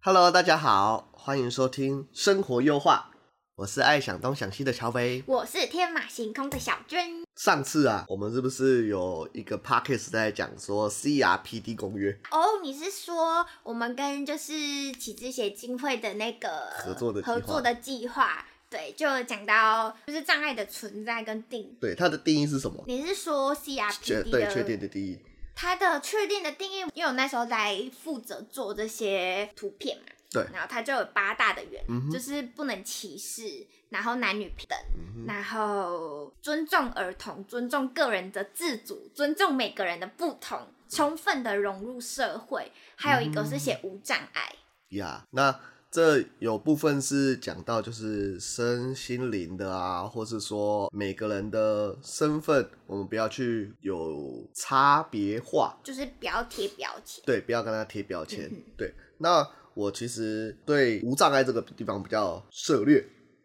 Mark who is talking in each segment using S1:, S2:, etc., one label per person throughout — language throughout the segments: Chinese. S1: Hello，大家好，欢迎收听《生活优化》，我是爱想东想西的乔飞。
S2: 我是天马行空的小娟，
S1: 上次啊，我们是不是有一个 podcast 在讲说 CRPD 公约
S2: 哦，你是说我们跟就是启智协进会的那个
S1: 合作的计划
S2: 合作的计划？对，就讲到就是障碍的存在跟定义。
S1: 对它的定义是什么？
S2: 你是说
S1: 确
S2: CRPD
S1: 对确
S2: 的
S1: 定的定义，
S2: 它的确定的定义？因为我那时候在负责做这些图片嘛，
S1: 对
S2: 然后它就有八大的原则，
S1: 嗯哼嗯
S2: 就是不能歧视，然后男女平等，然后尊重儿童，尊重个人的自主，尊重每个人的不同，充分的融入社会，还有一个是
S1: 嗯
S2: 写无障碍。
S1: 呀那这有部分是讲到就是身心灵的啊，或是说每个人的身份，我们不要去有差别化，
S2: 就是不要贴标签，
S1: 对，不要跟他贴标签。
S2: 嗯
S1: 对，那我其实对无障碍这个地方比较涉略。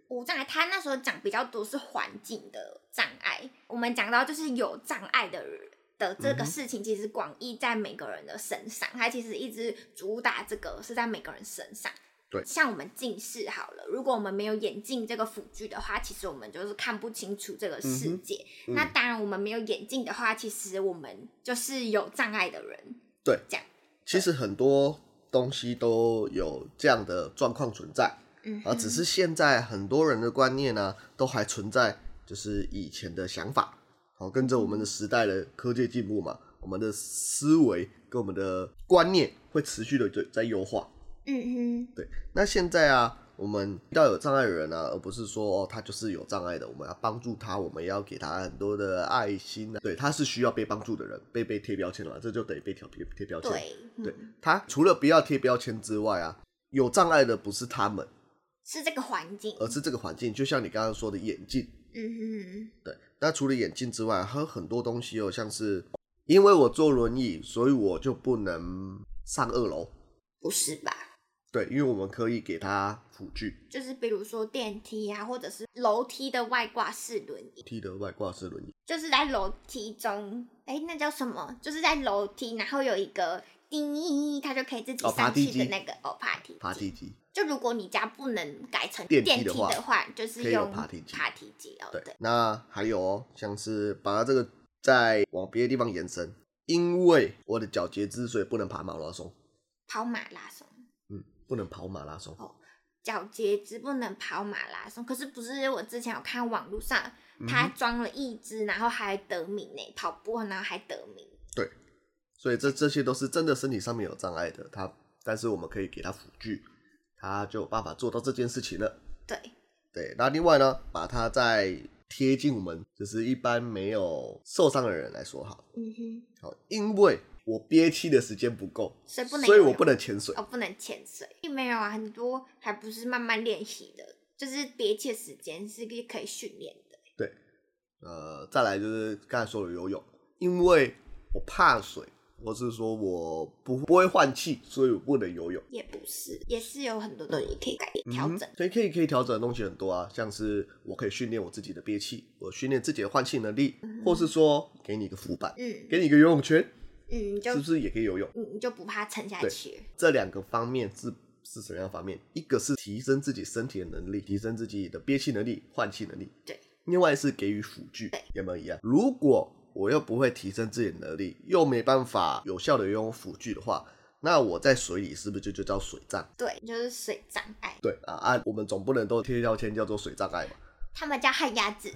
S2: 无障碍，他那时候讲比较多是环境的障碍。我们讲到就是有障碍的人的这
S1: 嗯
S2: 个事情，其实广义在每个人的身上，他其实一直主打这个是在每个人身上。
S1: 对
S2: 像我们近视好了，如果我们没有眼镜这个辅具的话，其实我们就是看不清楚这个世界。
S1: 嗯
S2: 那当然，我们没有眼镜的话，其实我们就是有障碍的人。
S1: 对，
S2: 这样，
S1: 其实很多东西都有这样的状况存在，
S2: 嗯哼，
S1: 啊，只是现在很多人的观念呢、都还存在就是以前的想法。好，跟着我
S2: 嗯
S1: 们的时代的科技进步嘛，我们的思维跟我们的观念会持续的在在优化。
S2: 嗯哼，
S1: 对，那现在啊，我们遇到有障碍的人啊，而不是说哦他就是有障碍的，我们要帮助他，我们要给他很多的爱心、啊。对，他是需要被帮助的人，被被贴标签了，这就得被贴贴贴标签。
S2: 对，嗯
S1: 对他除了不要贴标签之外啊，有障碍的不是他们，
S2: 是这个环境。
S1: 而是这个环境。就像你刚刚说的眼镜，
S2: 嗯
S1: 对，那除了眼镜之外，还有很多东西哦，像是因为我坐轮椅，所以我就不能上二楼。
S2: 哼，不是吧？
S1: 对，因为我们可以给他辅具。
S2: 就是比如说电梯啊，或者是楼梯的外挂式轮椅，
S1: T 的外挂式轮椅，
S2: 就是在楼梯中，哎、那叫什么？就是在楼梯，然后有一个叮，它就可以自己
S1: 哦爬
S2: 上
S1: 梯
S2: 去
S1: 机
S2: 的那个哦，爬梯。
S1: 爬梯机。
S2: 就如果你家不能改成
S1: 电
S2: 电
S1: 梯
S2: 梯
S1: 的话
S2: 的话，就是
S1: 可以有
S2: 用
S1: 爬梯机
S2: 爬梯机哦，
S1: 对
S2: 对，，
S1: 那还有哦，像是把它这个再往别的地方延伸，因为我的脚截肢，所以不能爬马拉松，
S2: 跑马拉松。
S1: 嗯，不能跑马拉松。
S2: 哦脚截肢不能跑马拉松，可是不是我之前有看网络上，
S1: 嗯
S2: 他装了一只，然后还得名呢，跑步然后还得名，
S1: 所以这这些都是真的身体上面有障碍的，他，但是我们可以给他辅具，他就有办法做到这件事情了。
S2: 对，
S1: 对，那另外呢，把它再贴近我们，就是一般没有受伤的人来说好，
S2: 嗯哼，
S1: 好，因为我憋气的时间不够，
S2: 所以不能
S1: 所以
S2: 游
S1: 我
S2: 泳
S1: 不能潜水。
S2: 哦，不能潜水，并没有啊，很多还不是慢慢练习的，就是憋气的时间是可以训练的。
S1: 呃，再来就是刚才说的游泳，因为我怕水，或是说我不不会换气，所以我不能游泳。
S2: 也不是，也是有很多东西可以改变调整
S1: 嗯，所以可以可以调整的东西很多啊，像是我可以训练我自己的憋气，我训练自己的换气能力，或是说给你一个浮板，
S2: 嗯
S1: 给你一个游泳圈，
S2: 嗯，你就是
S1: 不是也可以游泳？
S2: 你你就不怕沉下
S1: 对
S2: 去了。
S1: 这两个方面是是什么样的方面？一个是提升自己身体的能力，提升自己的憋气能力、换气能力。
S2: 对。
S1: 另外是给予辅具，有没有一样？如果我又不会提升自己的能力，又没办法有效的用辅具的话，那我在水里是不是就就叫水障？
S2: 对，就是水障碍，
S1: 对啊啊，我们总不能都贴标签叫做水障碍嘛？
S2: 他们叫旱鸭子，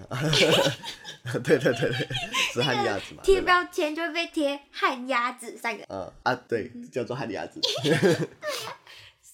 S1: 对对对对，是旱鸭子嘛？对
S2: 贴
S1: 吧？
S2: 标签就会被贴旱鸭子三个
S1: 啊啊，对，叫做旱鸭子。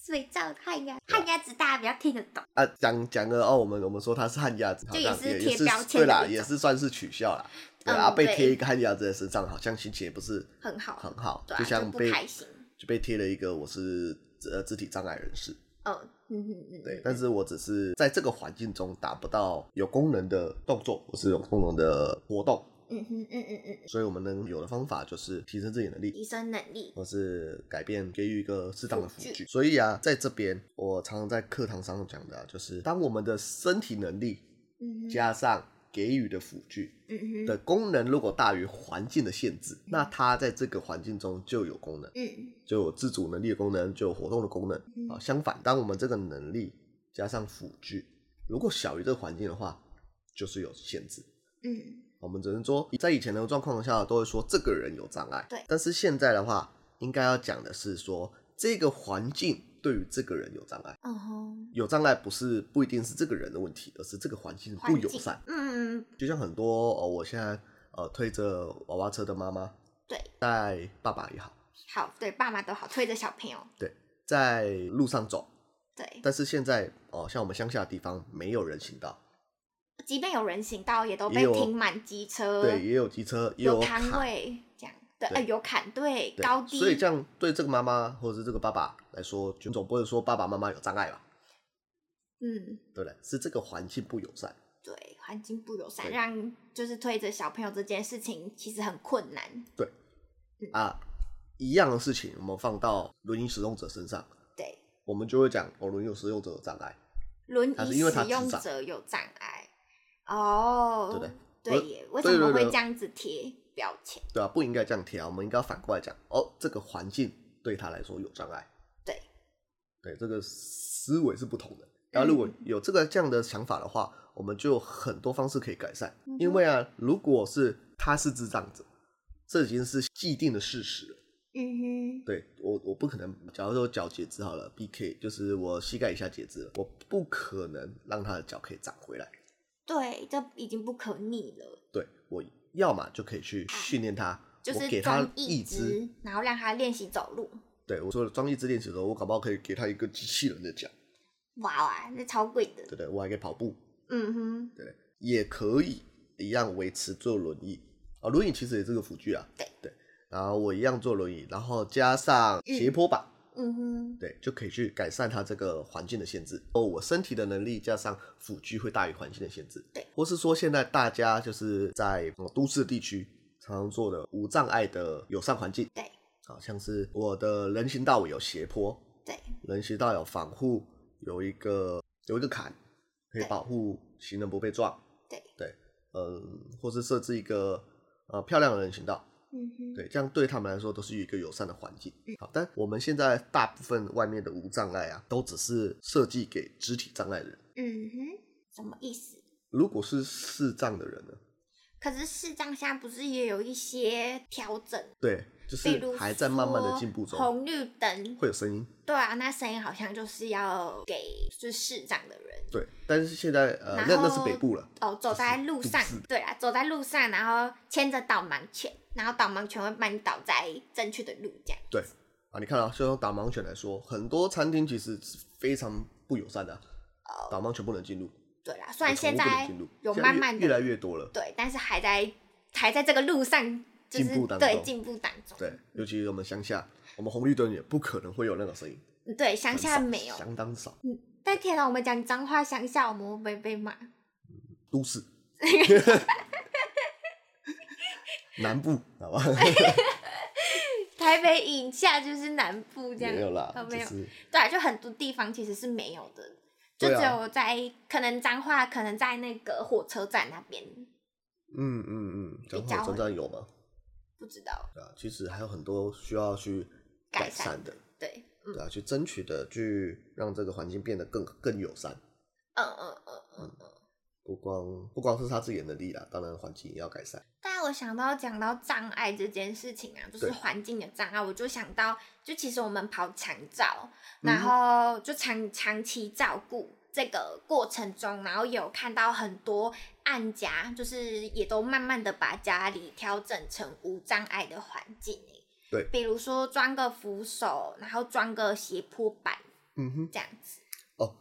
S2: 水照旱鸭，旱鸭子大家比较听得懂。
S1: 啊，讲讲个哦，我们我们说他是旱鸭子，好
S2: 就也
S1: 像
S2: 是
S1: 也
S2: 贴
S1: 也是
S2: 标
S1: 对
S2: 签的
S1: 啦，
S2: 那种
S1: 也是算是取笑啦。对
S2: 嗯
S1: 啊，被
S2: 对
S1: 贴一个旱鸭子在身上，好像心情也不是
S2: 很好
S1: 很好，
S2: 对啊，
S1: 就像
S2: 不
S1: 被
S2: 开心。
S1: 就被贴了一个我是呃肢体障碍人士，
S2: 嗯嗯嗯嗯，
S1: 对，但是我只是在这个环境中达不到有功能的动作，或是有功能的活动，
S2: 嗯哼嗯嗯嗯，嗯
S1: 所以我们能有的方法就是提升自己的能力，
S2: 提升能力，
S1: 或是改变，给予一个适当的辅
S2: 辅
S1: 具。
S2: 具
S1: 所以啊，在这边我常常在课堂上讲的啊、就是当我们的身体能力
S2: 嗯哼
S1: 加上给予的辅具
S2: 嗯哼
S1: 的功能，如果大于环境的限制，那它在这个环境中就有功能，
S2: 嗯
S1: 就有自主能力的功能，就有活动的功能
S2: 嗯
S1: 啊。相反，当我们这个能力加上辅具，如果小于这个环境的话，就是有限制。
S2: 嗯
S1: 我们只能说，在以前的状况下，都会说这个人有障碍。
S2: 对
S1: 但是现在的话，应该要讲的是说，这个环境对于这个人有障碍。
S2: 哦吼，
S1: 有障碍不是不一定是这个人的问题，而是这个环境不
S2: 环
S1: 友
S2: 境
S1: 善。
S2: 嗯嗯
S1: 就像很多呃，我现在呃推着娃娃车的妈妈，
S2: 对，
S1: 带爸爸也好，
S2: 好，对，爸妈都好，推着小朋友，
S1: 对，在路上走。
S2: 对，
S1: 但是现在哦、呃像我们乡下的地方没有人行道，
S2: 即便有人行道，也都
S1: 也
S2: 被
S1: 有
S2: 停满机车，
S1: 对，也有机车，也
S2: 有
S1: 坎
S2: 摊位这样，对，
S1: 对
S2: 呃，有砍对
S1: 对
S2: 高低，
S1: 所以这样对这个妈妈或者是这个爸爸来说，就总不能说爸爸妈妈有障碍吧？
S2: 嗯，
S1: 对不对？是这个环境不友善。
S2: 对，环境不友善，
S1: 对
S2: 让就是推着小朋友这件事情其实很困难，
S1: 啊，一样的事情，我们放到轮椅使用者身上，
S2: 对，
S1: 我们就会讲哦，轮椅使用者有障碍，
S2: 轮
S1: 他是
S2: 椅
S1: 因为他
S2: 使
S1: 智
S2: 用
S1: 障
S2: 者有障碍，哦，
S1: 对不对
S2: 对
S1: 不是
S2: 耶，为什
S1: 对
S2: 么
S1: 对
S2: 会
S1: 对
S2: 这样子贴标签？
S1: 对啊，不应该这样贴啊，我们应该反过来讲哦，这个环境对他来说有障碍。
S2: 对，嗯
S1: 对，这个思维是不同的。然后如果有这个这样的想法的话，我们就有很多方式可以改善。
S2: 嗯
S1: 因为啊，如果是他是智障者，这已经是既定的事实了。
S2: 嗯
S1: 对我，我不可能，假如说脚截肢好了，BK 就是我膝盖以下截肢了，我不可能让他的脚可以长回来。
S2: 哼，对，这已经不可逆了，
S1: 对我，要么就可以去训练他，
S2: 啊就
S1: 我
S2: 是
S1: 给他
S2: 装
S1: 义
S2: 义
S1: 肢。
S2: 肢，然后让他练习走路。
S1: 对我说装义肢练习的时候，我搞不好可以给他一个机器人的脚，
S2: 哇哇，那超贵
S1: 对
S2: 的。
S1: 不对？我还可以跑步，
S2: 嗯哼，
S1: 对不对，也可以一样维持坐轮椅啊，轮椅其实也是个辅具啊。
S2: 对
S1: 对，然后我一样坐轮椅，然后加上斜坡板。
S2: 嗯哼，
S1: 对，就可以去改善它这个环境的限制。哦，我身体的能力加上辅具会大于环境的限制。
S2: 对，
S1: 或是说现在大家就是在、呃都市地区常常做的无障碍的友善环境，
S2: 对
S1: 好像是我的人行道有斜坡，
S2: 对，
S1: 人行道有防护，有一个有一个坎，可以
S2: 对
S1: 保护行人不被撞。
S2: 对
S1: 对，嗯，或是设置一个呃漂亮的人行道，
S2: 嗯哼，
S1: 对，这样对他们来说都是一个友善的环境。好，但我们现在大部分外面的无障碍啊，都只是设计给肢体障碍的人。
S2: 嗯哼，什么意思？
S1: 如果是视障的人呢？
S2: 可是视障现在不是也有一些调整，
S1: 对，就
S2: 比
S1: 是
S2: 如
S1: 还在慢慢的进步中，
S2: 说红绿灯，
S1: 会有声音。
S2: 对啊，那声音好像就是要给就是视障的人。
S1: 对，但是现在呃，
S2: 然
S1: 那
S2: 后
S1: 那是北部了。
S2: 哦，走在路上
S1: 就是，
S2: 对啊，走在路上，然后牵着导盲犬，然后导盲犬会把你导在正确的路，这样。
S1: 对啊，你看啊，就用导盲犬来说，很多餐厅其实是非常不友善的啊、导盲犬不能进入，
S2: 对啦，虽然
S1: 有宠物哎
S2: 哦现
S1: 不能
S2: 在
S1: 进入，
S2: 有
S1: 现在
S2: 慢
S1: 越
S2: 慢
S1: 越来
S2: 的
S1: 越多了。
S2: 对，但是还在还在这个路上，就是
S1: 进步当中
S2: 对进步当中。
S1: 对，尤其是我们乡下，我们红绿灯也不可能会有那种声音，
S2: 对，乡
S1: 很
S2: 下
S1: 少
S2: 没有。
S1: 相当少。
S2: 但天哪，我们讲脏话，乡下我们会不会被骂。
S1: 都 市，南部，好吧，
S2: 哎 台北以下就是南部这样，
S1: 没有啦
S2: 哦，
S1: 就
S2: 没有。
S1: 是
S2: 对啊，就很多地方其实是没有的，就
S1: 对
S2: 只
S1: 啊
S2: 有在、可能脏话，可能在那个火车站那边，
S1: 嗯嗯嗯，讲
S2: 比
S1: 好
S2: 较
S1: 真站有吗？
S2: 不知道。
S1: 对啊，其实还有很多需要去
S2: 改
S1: 改
S2: 善
S1: 善的，
S2: 对，嗯
S1: 对啊，去争取的，去让这个环境变得更更友善。
S2: 嗯嗯嗯嗯嗯。
S1: 不光不光是他自己的能力啦，当然环境也要改善。
S2: 但我想到讲到障碍这件事情啊，就是
S1: 对
S2: 环境的障碍，我就想到，就其实我们跑长照，
S1: 嗯
S2: 然后就长长期照顾这个过程中，然后有看到很多案家，就是也都慢慢的把家里调整成无障碍的环境欸。
S1: 对
S2: 比如说装个扶手，然后装个斜坡板，
S1: 嗯哼，
S2: 这样子。
S1: 哦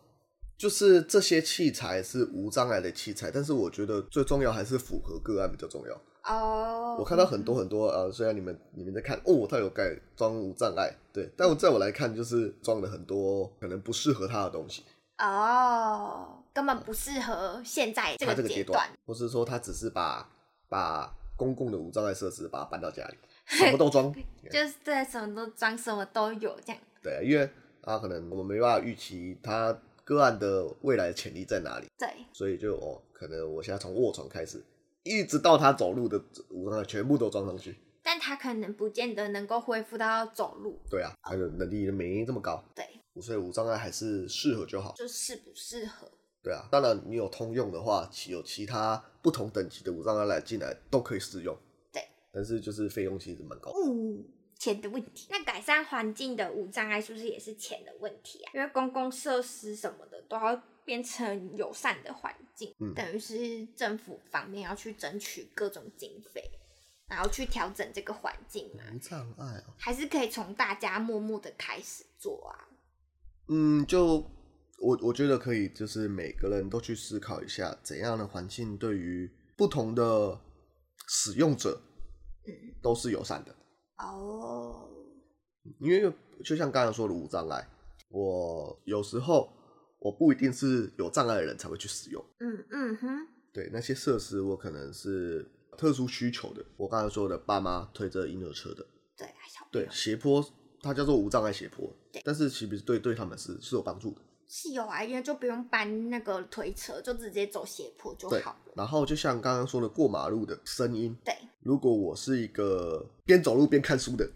S1: 就是这些器材是无障碍的器材，但是我觉得最重要还是符合个案比较重要。
S2: 哦，
S1: 我看到很多很多呃，虽然你们你们在看哦，他有改装无障碍，对，但我在我来看就是装了很多可能不适合他的东西，
S2: 哦，根本不适合现在这
S1: 他这个
S2: 个
S1: 阶
S2: 阶
S1: 段
S2: 段。，
S1: 或是说他只是把把公共的无障碍设施把它搬到 家里，什么都装，
S2: 就是对什么都装，什么都有这样。
S1: 对，因为啊，可能我们没办法预期他个案的未来潜力在哪里，
S2: 对，
S1: 所以就哦，可能我现在从卧床开始，一直到他走路的无障碍全部都装上去，
S2: 但他可能不见得能够恢复到走路。
S1: 对啊，他的能力没这么高，
S2: 对，
S1: 所以无障碍还是适合就好。
S2: 就适不适合。
S1: 对啊，当然你有通用的话，其有其他不同等级的无障碍来进来都可以适用。
S2: 对，
S1: 但是就是费用其实蛮高的。
S2: 嗯，钱的问题。那改善环境的无障碍是不是也是钱的问题啊？因为公共设施什么的都要变成友善的环境，
S1: 嗯
S2: 等于是政府方面要去争取各种经费，然后去调整这个环境嘛。
S1: 无障碍啊，
S2: 还是可以从大家默默的开始做啊。
S1: 嗯，就我我觉得可以，就是每个人都去思考一下，怎样的环境对于不同的使用者
S2: 嗯，
S1: 都是友善的。
S2: 哦，
S1: 因为就像刚才说的无障碍，我有时候我不一定是有障碍的人才会去使用。
S2: 嗯嗯哼，
S1: 对那些设施，我可能是特殊需求的。我刚才说的，爸妈推着婴儿车的，
S2: 对啊，小朋
S1: 对
S2: 友
S1: 斜坡，它叫做无障碍斜坡
S2: 对，
S1: 但是其实对对他们是是有帮助的。
S2: 是有啊，因为就不用搬那个推车，就直接走斜坡就
S1: 对
S2: 好了。，
S1: 然后就像刚刚说的，过马路的声音，
S2: 对，
S1: 如果我是一个边走路边看书的，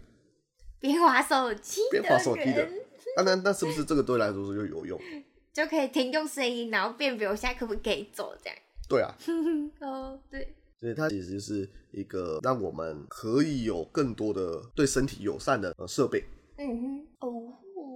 S2: 边滑手机的
S1: 边划手机的
S2: 人，
S1: 那那那是不是这个对来说是就有用？
S2: 就可以听用声音，然后辨别我现在可不可以走这样。
S1: 对啊，
S2: 哦，对，
S1: 所以它其实就是一个让我们可以有更多的对身体友善的呃设备。
S2: 嗯哼，哦，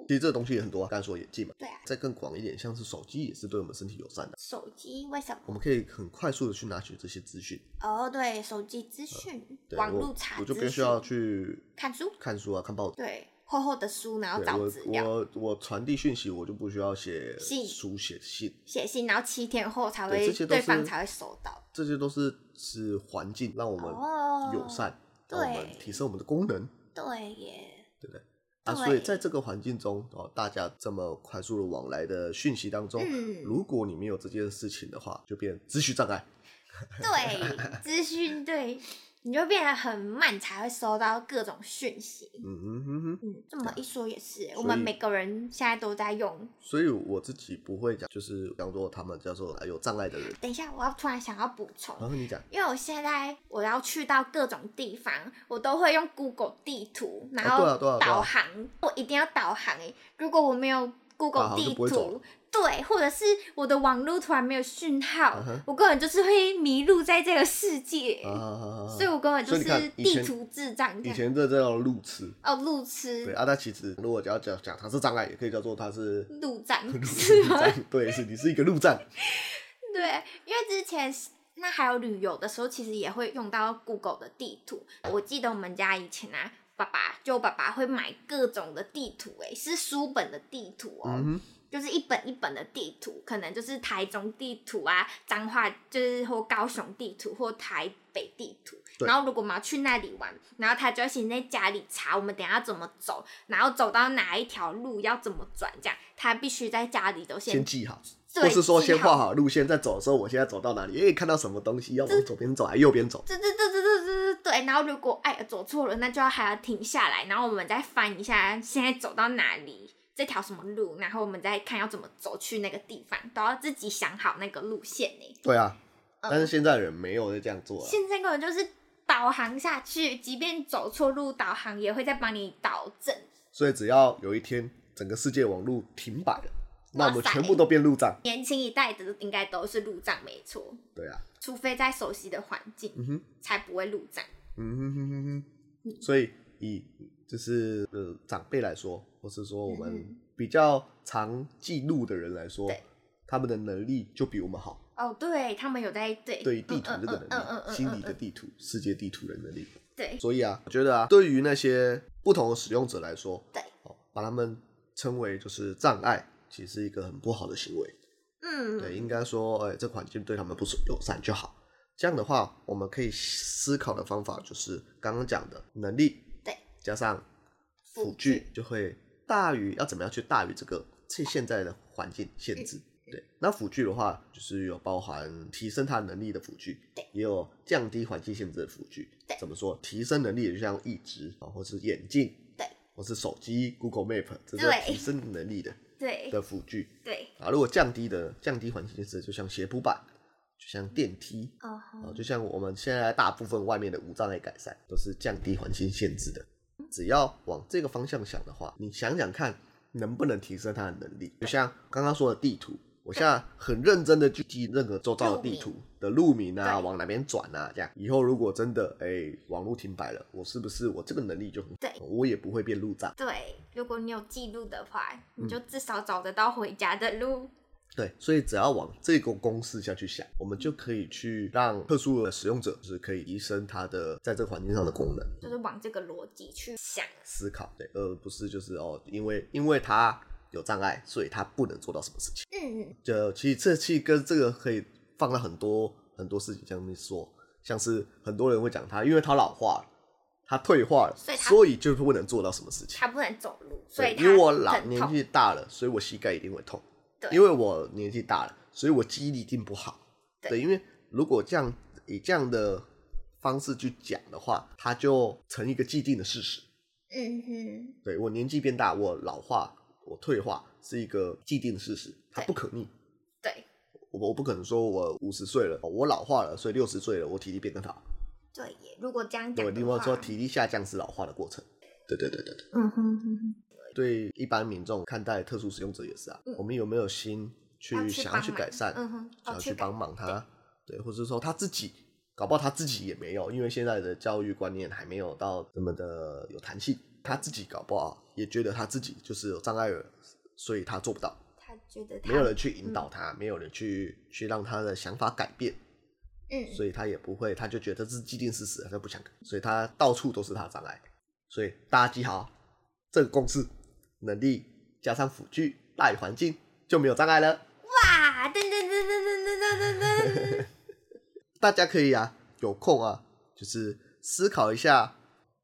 S1: 其实这个东西也很多啊，刚才说眼镜嘛，
S2: 对啊，
S1: 再更广一点，像是手机也是对我们身体友善的。
S2: 手机为什
S1: 我们
S2: 么？
S1: 可以很快速的去拿取这些资讯，
S2: 哦，对，手机资讯、
S1: 呃对啊
S2: 网
S1: 我
S2: 络查
S1: 我就
S2: 资
S1: 不需要
S2: 讯
S1: 去
S2: 看书，
S1: 看书啊、看报纸。
S2: 对，厚厚的书，然后
S1: 对
S2: 找
S1: 我
S2: 资料，
S1: 我我传递讯息，我就不需要写
S2: 信
S1: 书、写信，
S2: 写信，然后七天后才
S1: 对
S2: 会
S1: 这些都
S2: 对方
S1: 是
S2: 才会收到。
S1: 这些都是是环境让我们
S2: 哦，
S1: 友善，让我们
S2: 对
S1: 提升我们的功能，
S2: 对耶，
S1: 对不对？啊，
S2: 对
S1: 所以在这个环境中哦，大家这么快速的往来的讯息当中，
S2: 嗯
S1: 如果你没有这件事情的话，就变秩序障碍。
S2: 对，资讯对，你就变得很慢，才会收到各种讯息。
S1: 嗯哼哼哼。
S2: 嗯，这么一说也是耶，我
S1: 所
S2: 们
S1: 以
S2: 每个人现在都在用
S1: 所以我自己不会讲，就是当做他们叫做有障碍的人。
S2: 等一下，我要突然想要补充，
S1: 然后你讲，
S2: 因为我现在我要去到各种地方，我都会用 Google 地图，然
S1: 对啊对啊
S2: 后
S1: 对啊
S2: 导航，我一定要导航诶、如果我没有
S1: 导
S2: Google
S1: 航就
S2: 地
S1: 不会走
S2: 图，对，或者是我的网络突然没有讯号，
S1: 嗯哼
S2: 我根本就是会迷路在这个世界，
S1: 啊，
S2: 所以我根本就
S1: 所以你看
S2: 是
S1: 以
S2: 地
S1: 前
S2: 图智障这
S1: 以
S2: 样。
S1: 前这叫路痴，
S2: 哦，路
S1: 对
S2: 痴、
S1: 啊，那其实如果只要讲讲他是障碍，也可以叫做他是
S2: 路障 是
S1: 路
S2: 吗？
S1: 障，对，是你是一个路障，
S2: 对，因为之前是那还有旅游的时候，其实也会用到 Google 的地图。我记得我们家以前啊，爸爸就爸爸会买各种的地图、欸，是书本的地图哦、
S1: 嗯哼，
S2: 就是一本一本的地图，可能就是台中地图啊，彰化就是或高雄地图或台北地图。
S1: 对
S2: 然后如果我们要去那里玩，然后他就要先在家里查我们等一下要怎么走，然后走到哪一条路要怎么转，这样他必须在家里都
S1: 先记好，
S2: 对
S1: 或是说
S2: 记
S1: 先
S2: 好
S1: 画好路线，再走的时候，我现在走到哪里，哎诶，看到什么东西要往左边走还是右边走，
S2: 对对对对对对对对，然后如果哎走错了，那就要还要停下来，然后我们再翻一下现在走到哪里，这条什么路，然后我们再看要怎么走去那个地方，都要自己想好那个路线呢。
S1: 对啊，
S2: 嗯
S1: 但是现在人没有在这样做了，
S2: 现在根本就是导航下去，即便走错路，导航也会再帮你导正。
S1: 所以只要有一天整个世界网络停摆了，那我们
S2: 哇塞
S1: 全部都变路障，
S2: 年轻一代的应该都是路障没错，
S1: 对啊，
S2: 除非在熟悉的环境，
S1: 嗯哼。
S2: 才不会路障。
S1: 嗯哼哼哼
S2: 嗯
S1: 哼，所以以就是呃长辈来说，或是说我
S2: 嗯
S1: 们
S2: 哼
S1: 比较常记录的人来说，
S2: 对
S1: 他们的能力就比我们好，
S2: 哦，对他们有在对
S1: 对于地图
S2: 嗯
S1: 这个
S2: 嗯嗯嗯
S1: 能力，
S2: 嗯
S1: 心理
S2: 嗯
S1: 的
S2: 嗯，
S1: 地图、世界地图的能力。
S2: 对
S1: 所以啊，我觉得啊，对于那些不同的使用者来说，
S2: 对
S1: 哦，把他们称为就是障碍，其实是一个很不好的行为。
S2: 嗯，
S1: 对，应该说，哎、这环境对他们不是友善就好。这样的话，我们可以思考的方法就是刚刚讲的能力，
S2: 对，
S1: 加上辅具，就会大于要怎么样去大于这个现现在的环境限
S2: 嗯
S1: 制。对，那辅具的话，就是有包含提升他能力的辅具，
S2: 对，
S1: 也有降低环境限制的辅具。
S2: 对
S1: 怎么说？提升能力，就像义肢啊，或是眼镜，
S2: 对，
S1: 或是手机、Google Map，这是
S2: 对
S1: 提升能力的
S2: 对
S1: 的辅具。
S2: 对，
S1: 啊，如果降低的降低环境限制，就像斜铺板，就像电梯，
S2: 哦，
S1: 啊，就像我们现在大部分外面的无障碍改善都是降低环境限制的。只要往这个方向想的话，你想想看能不能提升它的能力？就像刚刚说的地图，我现在很认真的去记任何周遭的地图的路名啊，
S2: 对
S1: 往哪边转啊，这样以后如果真的哎、网络停摆了，我是不是我这个能力就很
S2: 对
S1: 好，我也不会变路障？
S2: 对，如果你有记录的话，你就至少找得到回家的路。
S1: 对，所以只要往这个公式下去想，我们就可以去让特殊的使用者就是可以提升他的在这个环境上的功能
S2: 就是往这个逻辑去想，
S1: 思考，对，而不是就是哦，因为因为他有障碍，所以他不能做到什么事情。
S2: 嗯，
S1: 就其实这期跟这个可以放到很多很多事情上面说，像是很多人会讲他，因为他老化了，他退化了，
S2: 所以他
S1: 所以就不能做到什么事情。
S2: 他不能走路，所
S1: 对
S2: 以他
S1: 因为我老
S2: 很
S1: 年
S2: 痛
S1: 纪大了，所以我膝盖一定会痛。
S2: 对
S1: 因为我年纪大了，所以我记忆力一定不好。
S2: 对
S1: 因为如果这样以这样的方式去讲的话，它就成一个既定的事实。
S2: 嗯哼，
S1: 对我年纪变大，我老化，我退化是一个既定的事实，它
S2: 对
S1: 不可逆。
S2: 对
S1: 我我不可能说我五十岁了，我老化了，所以六十岁了，我体力变更好。
S2: 对耶。如果这样讲
S1: 对，
S2: 的
S1: 另外
S2: 话
S1: 说体力下降是老化的过程。对对对对对。
S2: 嗯哼哼哼，
S1: 对一般民众看待特殊使用者也是啊，我们有没有心去
S2: 嗯要去
S1: 想要
S2: 帮
S1: 去
S2: 忙
S1: 改善，
S2: 嗯哼
S1: 想
S2: 要
S1: 要
S2: 去
S1: 去
S2: 改
S1: 帮忙他，对，或者说他自己，搞不好他自己也没有，因为现在的教育观念还没有到这么的有弹性，他自己搞不好也觉得他自己就是有障碍了，所以他做不到，
S2: 他觉得他
S1: 没有人去引导他，没有人去去让他的想法改变，
S2: 嗯
S1: 所以他也不会，他就觉得这是既定事实，他不想改，所以他到处都是他的障碍。所以大家记好这个公式：能力加上辅具大于环境就没有障碍了。
S2: 哇，噔噔噔噔噔噔噔噔噔，
S1: 大家可以啊，有空啊，就是思考一下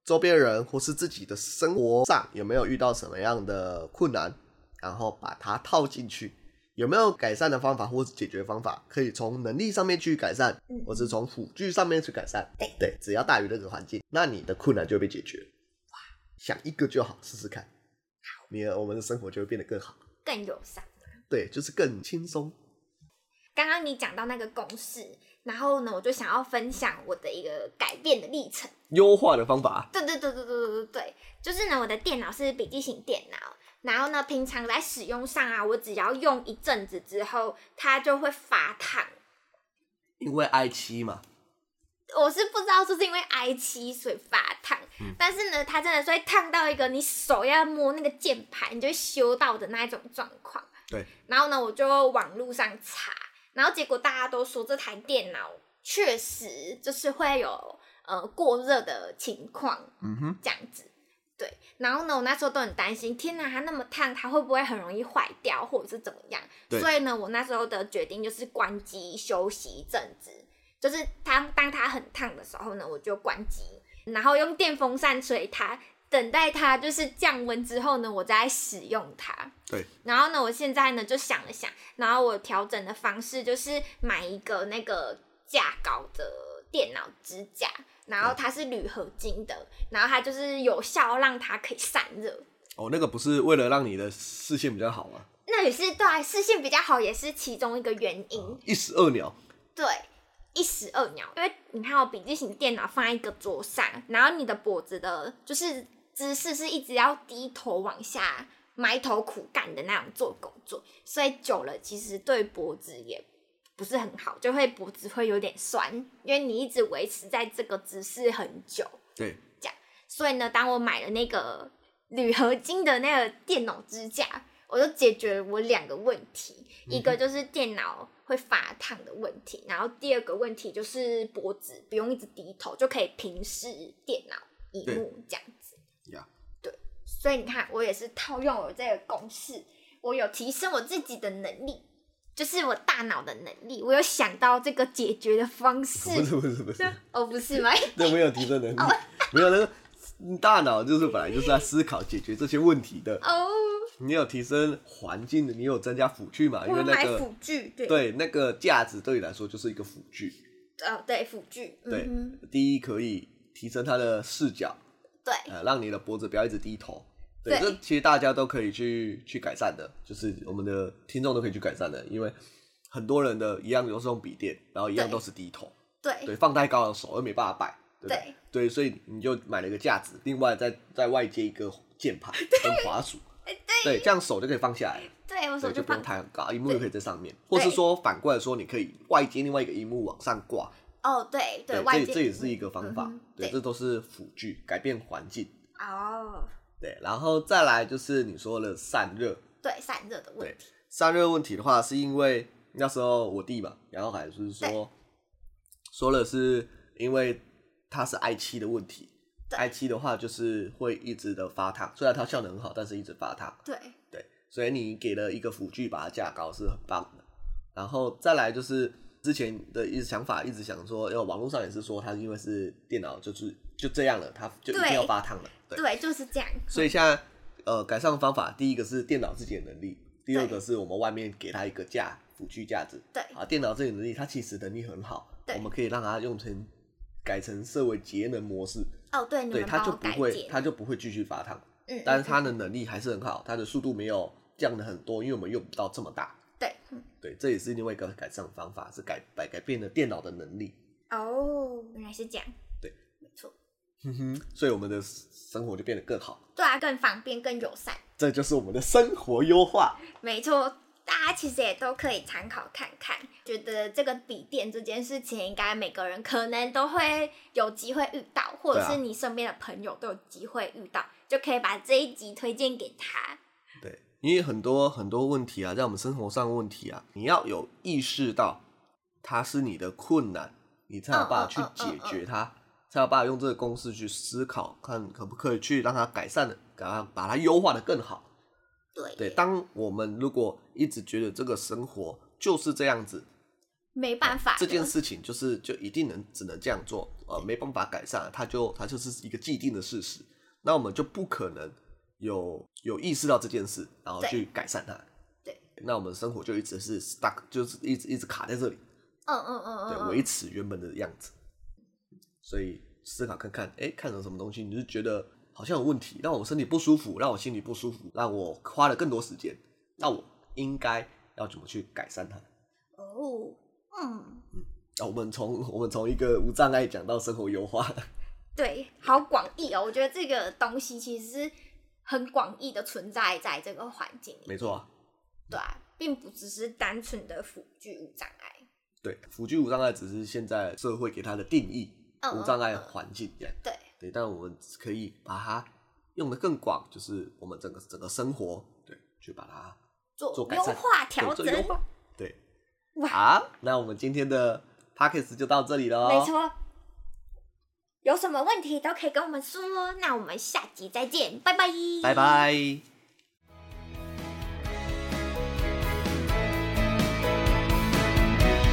S1: 周边人或是自己的生活上有没有遇到什么样的困难，然后把它套进去。有没有改善的方法或是解决方法，可以从能力上面去改善，
S2: 嗯
S1: 或是从辅具上面去改善？
S2: 对
S1: 对，只要大于那个环境，那你的困难就会被解决。哇，想一个就好，试试看，你的我们的生活就会变得更好。
S2: 更友善。
S1: 对，就是更轻松。
S2: 刚刚你讲到那个公式，然后呢，我就想要分享我的一个改变的历程。
S1: 优化的方法，
S2: 对对对对对对对对，就是呢，我的电脑是笔记型电脑，然后呢，平常在使用上啊，我只要用一阵子之后，它就会发烫。
S1: 因为 i 七嘛，
S2: 我是不知道是不是因为 i 七所以发烫，但是呢，它真的是会烫到一个你手要摸那个键盘，你就会修到的那一种状况。
S1: 对，
S2: 然后呢，我就网络上查，然后结果大家都说这台电脑确实就是会有呃过热的情况
S1: 嗯哼。
S2: 这样子。对，然后呢，我那时候都很担心，天哪，它那么烫，它会不会很容易坏掉，或者是怎么样？
S1: 对
S2: 所以呢，我那时候的决定就是关机休息一阵子，就是当当它很烫的时候呢，我就关机，然后用电风扇吹它，等待它就是降温之后呢，我再使用它。
S1: 对，
S2: 然后呢，我现在呢就想了想，然后我调整的方式就是买一个那个架高的电脑支架，然后它是铝合金的，然后它就是有效让它可以散热。
S1: 哦，那个不是为了让你的视线比较好吗？
S2: 那也是对啊、视线比较好，也是其中一个原因。
S1: 一石二鸟，
S2: 对，一石二鸟，因为你看我笔记型电脑放在一个桌上，然后你的脖子的，就是姿势是一直要低头往下、埋头苦干的那种做工作，所以久了其实对脖子也不是很好，就会脖子会有点酸，因为你一直维持在这个姿势很久。
S1: 对，
S2: 所以呢，当我买了那个 铝合金的那个电脑支架，我就解决了我两个问题，
S1: 嗯
S2: 一个就是电脑会发烫的问题，然后第二个问题就是脖子不用一直低头就可以平视电脑荧幕这样子。
S1: 呀
S2: 对，所所以你看，我也是套用我这个公式，我有提升我自己的能力，就是我大脑的能力，我有想到这个解决的方式。
S1: 不是不是不是，
S2: 哦，不是吗？
S1: 那没有提升能
S2: 哦
S1: 力， 没有那个大脑就是本来就是在思考解决这些问题的。
S2: 哦，
S1: 你有提升环境的，你有增加辅具嘛？因
S2: 我
S1: 为那
S2: 买
S1: 个
S2: 辅具，对，
S1: 对那个价值对你来说就是一个辅具。
S2: 呃，对辅具，
S1: 对，
S2: 嗯
S1: 第一可以提升他的视角，
S2: 哼，对，
S1: 呃，让你的脖子不要一直低头。对，
S2: 对
S1: 这其实大家都可以去去改善的，就是我们的听众都可以去改善的，因为很多人的一样都是用笔电，然后一样
S2: 对
S1: 都是低头，
S2: 对，
S1: 对，放太高了手又没办法摆，对不对
S2: 对
S1: 对，所以你就买了一个架子，另外再在外接一个键盘跟滑鼠，对，这样手就可以放下来，
S2: 哎对我手
S1: 对，就
S2: 就
S1: 不用
S2: 放
S1: 抬很高，荧幕就可以在上面，或是说反过来说，你可以外接另外一个荧幕往上挂，
S2: 哦，对对，外
S1: 这
S2: 界
S1: 这也是一个方法
S2: 嗯哼，
S1: 对，
S2: 对
S1: 这都是辅具，改变环境，
S2: 哦，
S1: 对，然后再来就是你说的散热，
S2: 对散热的问题，
S1: 散热问题的话，是因为那时候我弟嘛，然后还是
S2: 对
S1: 说说了是因为它是 i 七的问题
S2: 对
S1: ，i 七的话就是会一直的发烫，虽然它效能很好，但是一直发烫，
S2: 对
S1: 对，所以你给了一个辅具把它架高是很棒的。然后再来就是之前的一直想法，一直想说，因为网络上也是说它因为是电脑就是就这样了，它就一定
S2: 对
S1: 要发烫了，对，
S2: 对，就是这样，
S1: 所以现在呃改善方法，第一个是电脑自己的能力，第二个是我们外面给它一个架辅具架子，
S2: 对
S1: 啊，电脑自己的能力它其实能力很好，
S2: 对
S1: 我们可以让它用成改成设为节能模式，
S2: 哦，对，你
S1: 对，
S2: 们
S1: 它
S2: 帮
S1: 就
S2: 我
S1: 不
S2: 改
S1: 会
S2: 解，
S1: 它就不会继续发烫。
S2: 嗯，
S1: 但是
S2: 嗯
S1: 它的能力还是很好，它的速度没有降的很多，因为我们用不到这么大。
S2: 对，嗯
S1: 对，这也是另外一个改善方法，是改改改变了电脑的能力。
S2: 哦，原来是这样，
S1: 对，
S2: 没错，嗯
S1: 哼哼，所以我们的生活就变得更好，
S2: 对啊，更方便，更友善，
S1: 这就是我们的生活优化。
S2: 没错。大家其实也都可以参考看看，觉得这个笔电这件事情，应该每个人可能都会有机会遇到，或者
S1: 对啊
S2: 是你身边的朋友都有机会遇到，就可以把这一集推荐给他。
S1: 对，因为很多很多问题啊，在我们生活上的问题啊，你要有意识到它是你的困难，你才有办法去
S2: 嗯嗯
S1: 解
S2: 嗯
S1: 决它，才有办法用这个公式去思考，看可不可以去让它改善的，给它把它优化的更好。
S2: 对
S1: 对，当我们如果一直觉得这个生活就是这样子，
S2: 没办法的，
S1: 这件事情就是就一定能只能这样做，呃，没办法改善，它就它就是一个既定的事实，那我们就不可能有有意识到这件事，然后
S2: 对
S1: 去改善它。
S2: 对，
S1: 那我们生活就一直是 stuck，就是一直一直卡在这里，
S2: 嗯嗯嗯嗯，
S1: 对，
S2: 嗯
S1: 维持原本的样子。所以思考看看，哎，看到什么东西，你就觉得好像有问题，让我身体不舒服，让我心里不舒服，让我花了更多时间，那我应该要怎么去改善它？
S2: 哦，嗯，
S1: 啊，我们从我们从一个无障碍讲到生活优化，
S2: 对，好广义哦。我觉得这个东西其实是很广义的存在在这个环境里，
S1: 没错啊，
S2: 对啊，并不只是单纯的辅具无障碍。
S1: 对，辅具无障碍只是现在社会给它的定义，
S2: 嗯嗯
S1: 无障碍
S2: 嗯
S1: 环境这样，
S2: 对
S1: 对，但我们可以把它用的更广，就是我们整个整个生活，对，去把它
S2: 做
S1: 做改
S2: 优
S1: 善
S2: 化调
S1: 对
S2: 整
S1: 做，优化，对，
S2: 哇
S1: 好，那我们今天的 p o c k e t 就到这里了，
S2: 没，错。有什么问题都可以跟我们说，哦那我们下集再见，拜拜，
S1: 拜。拜。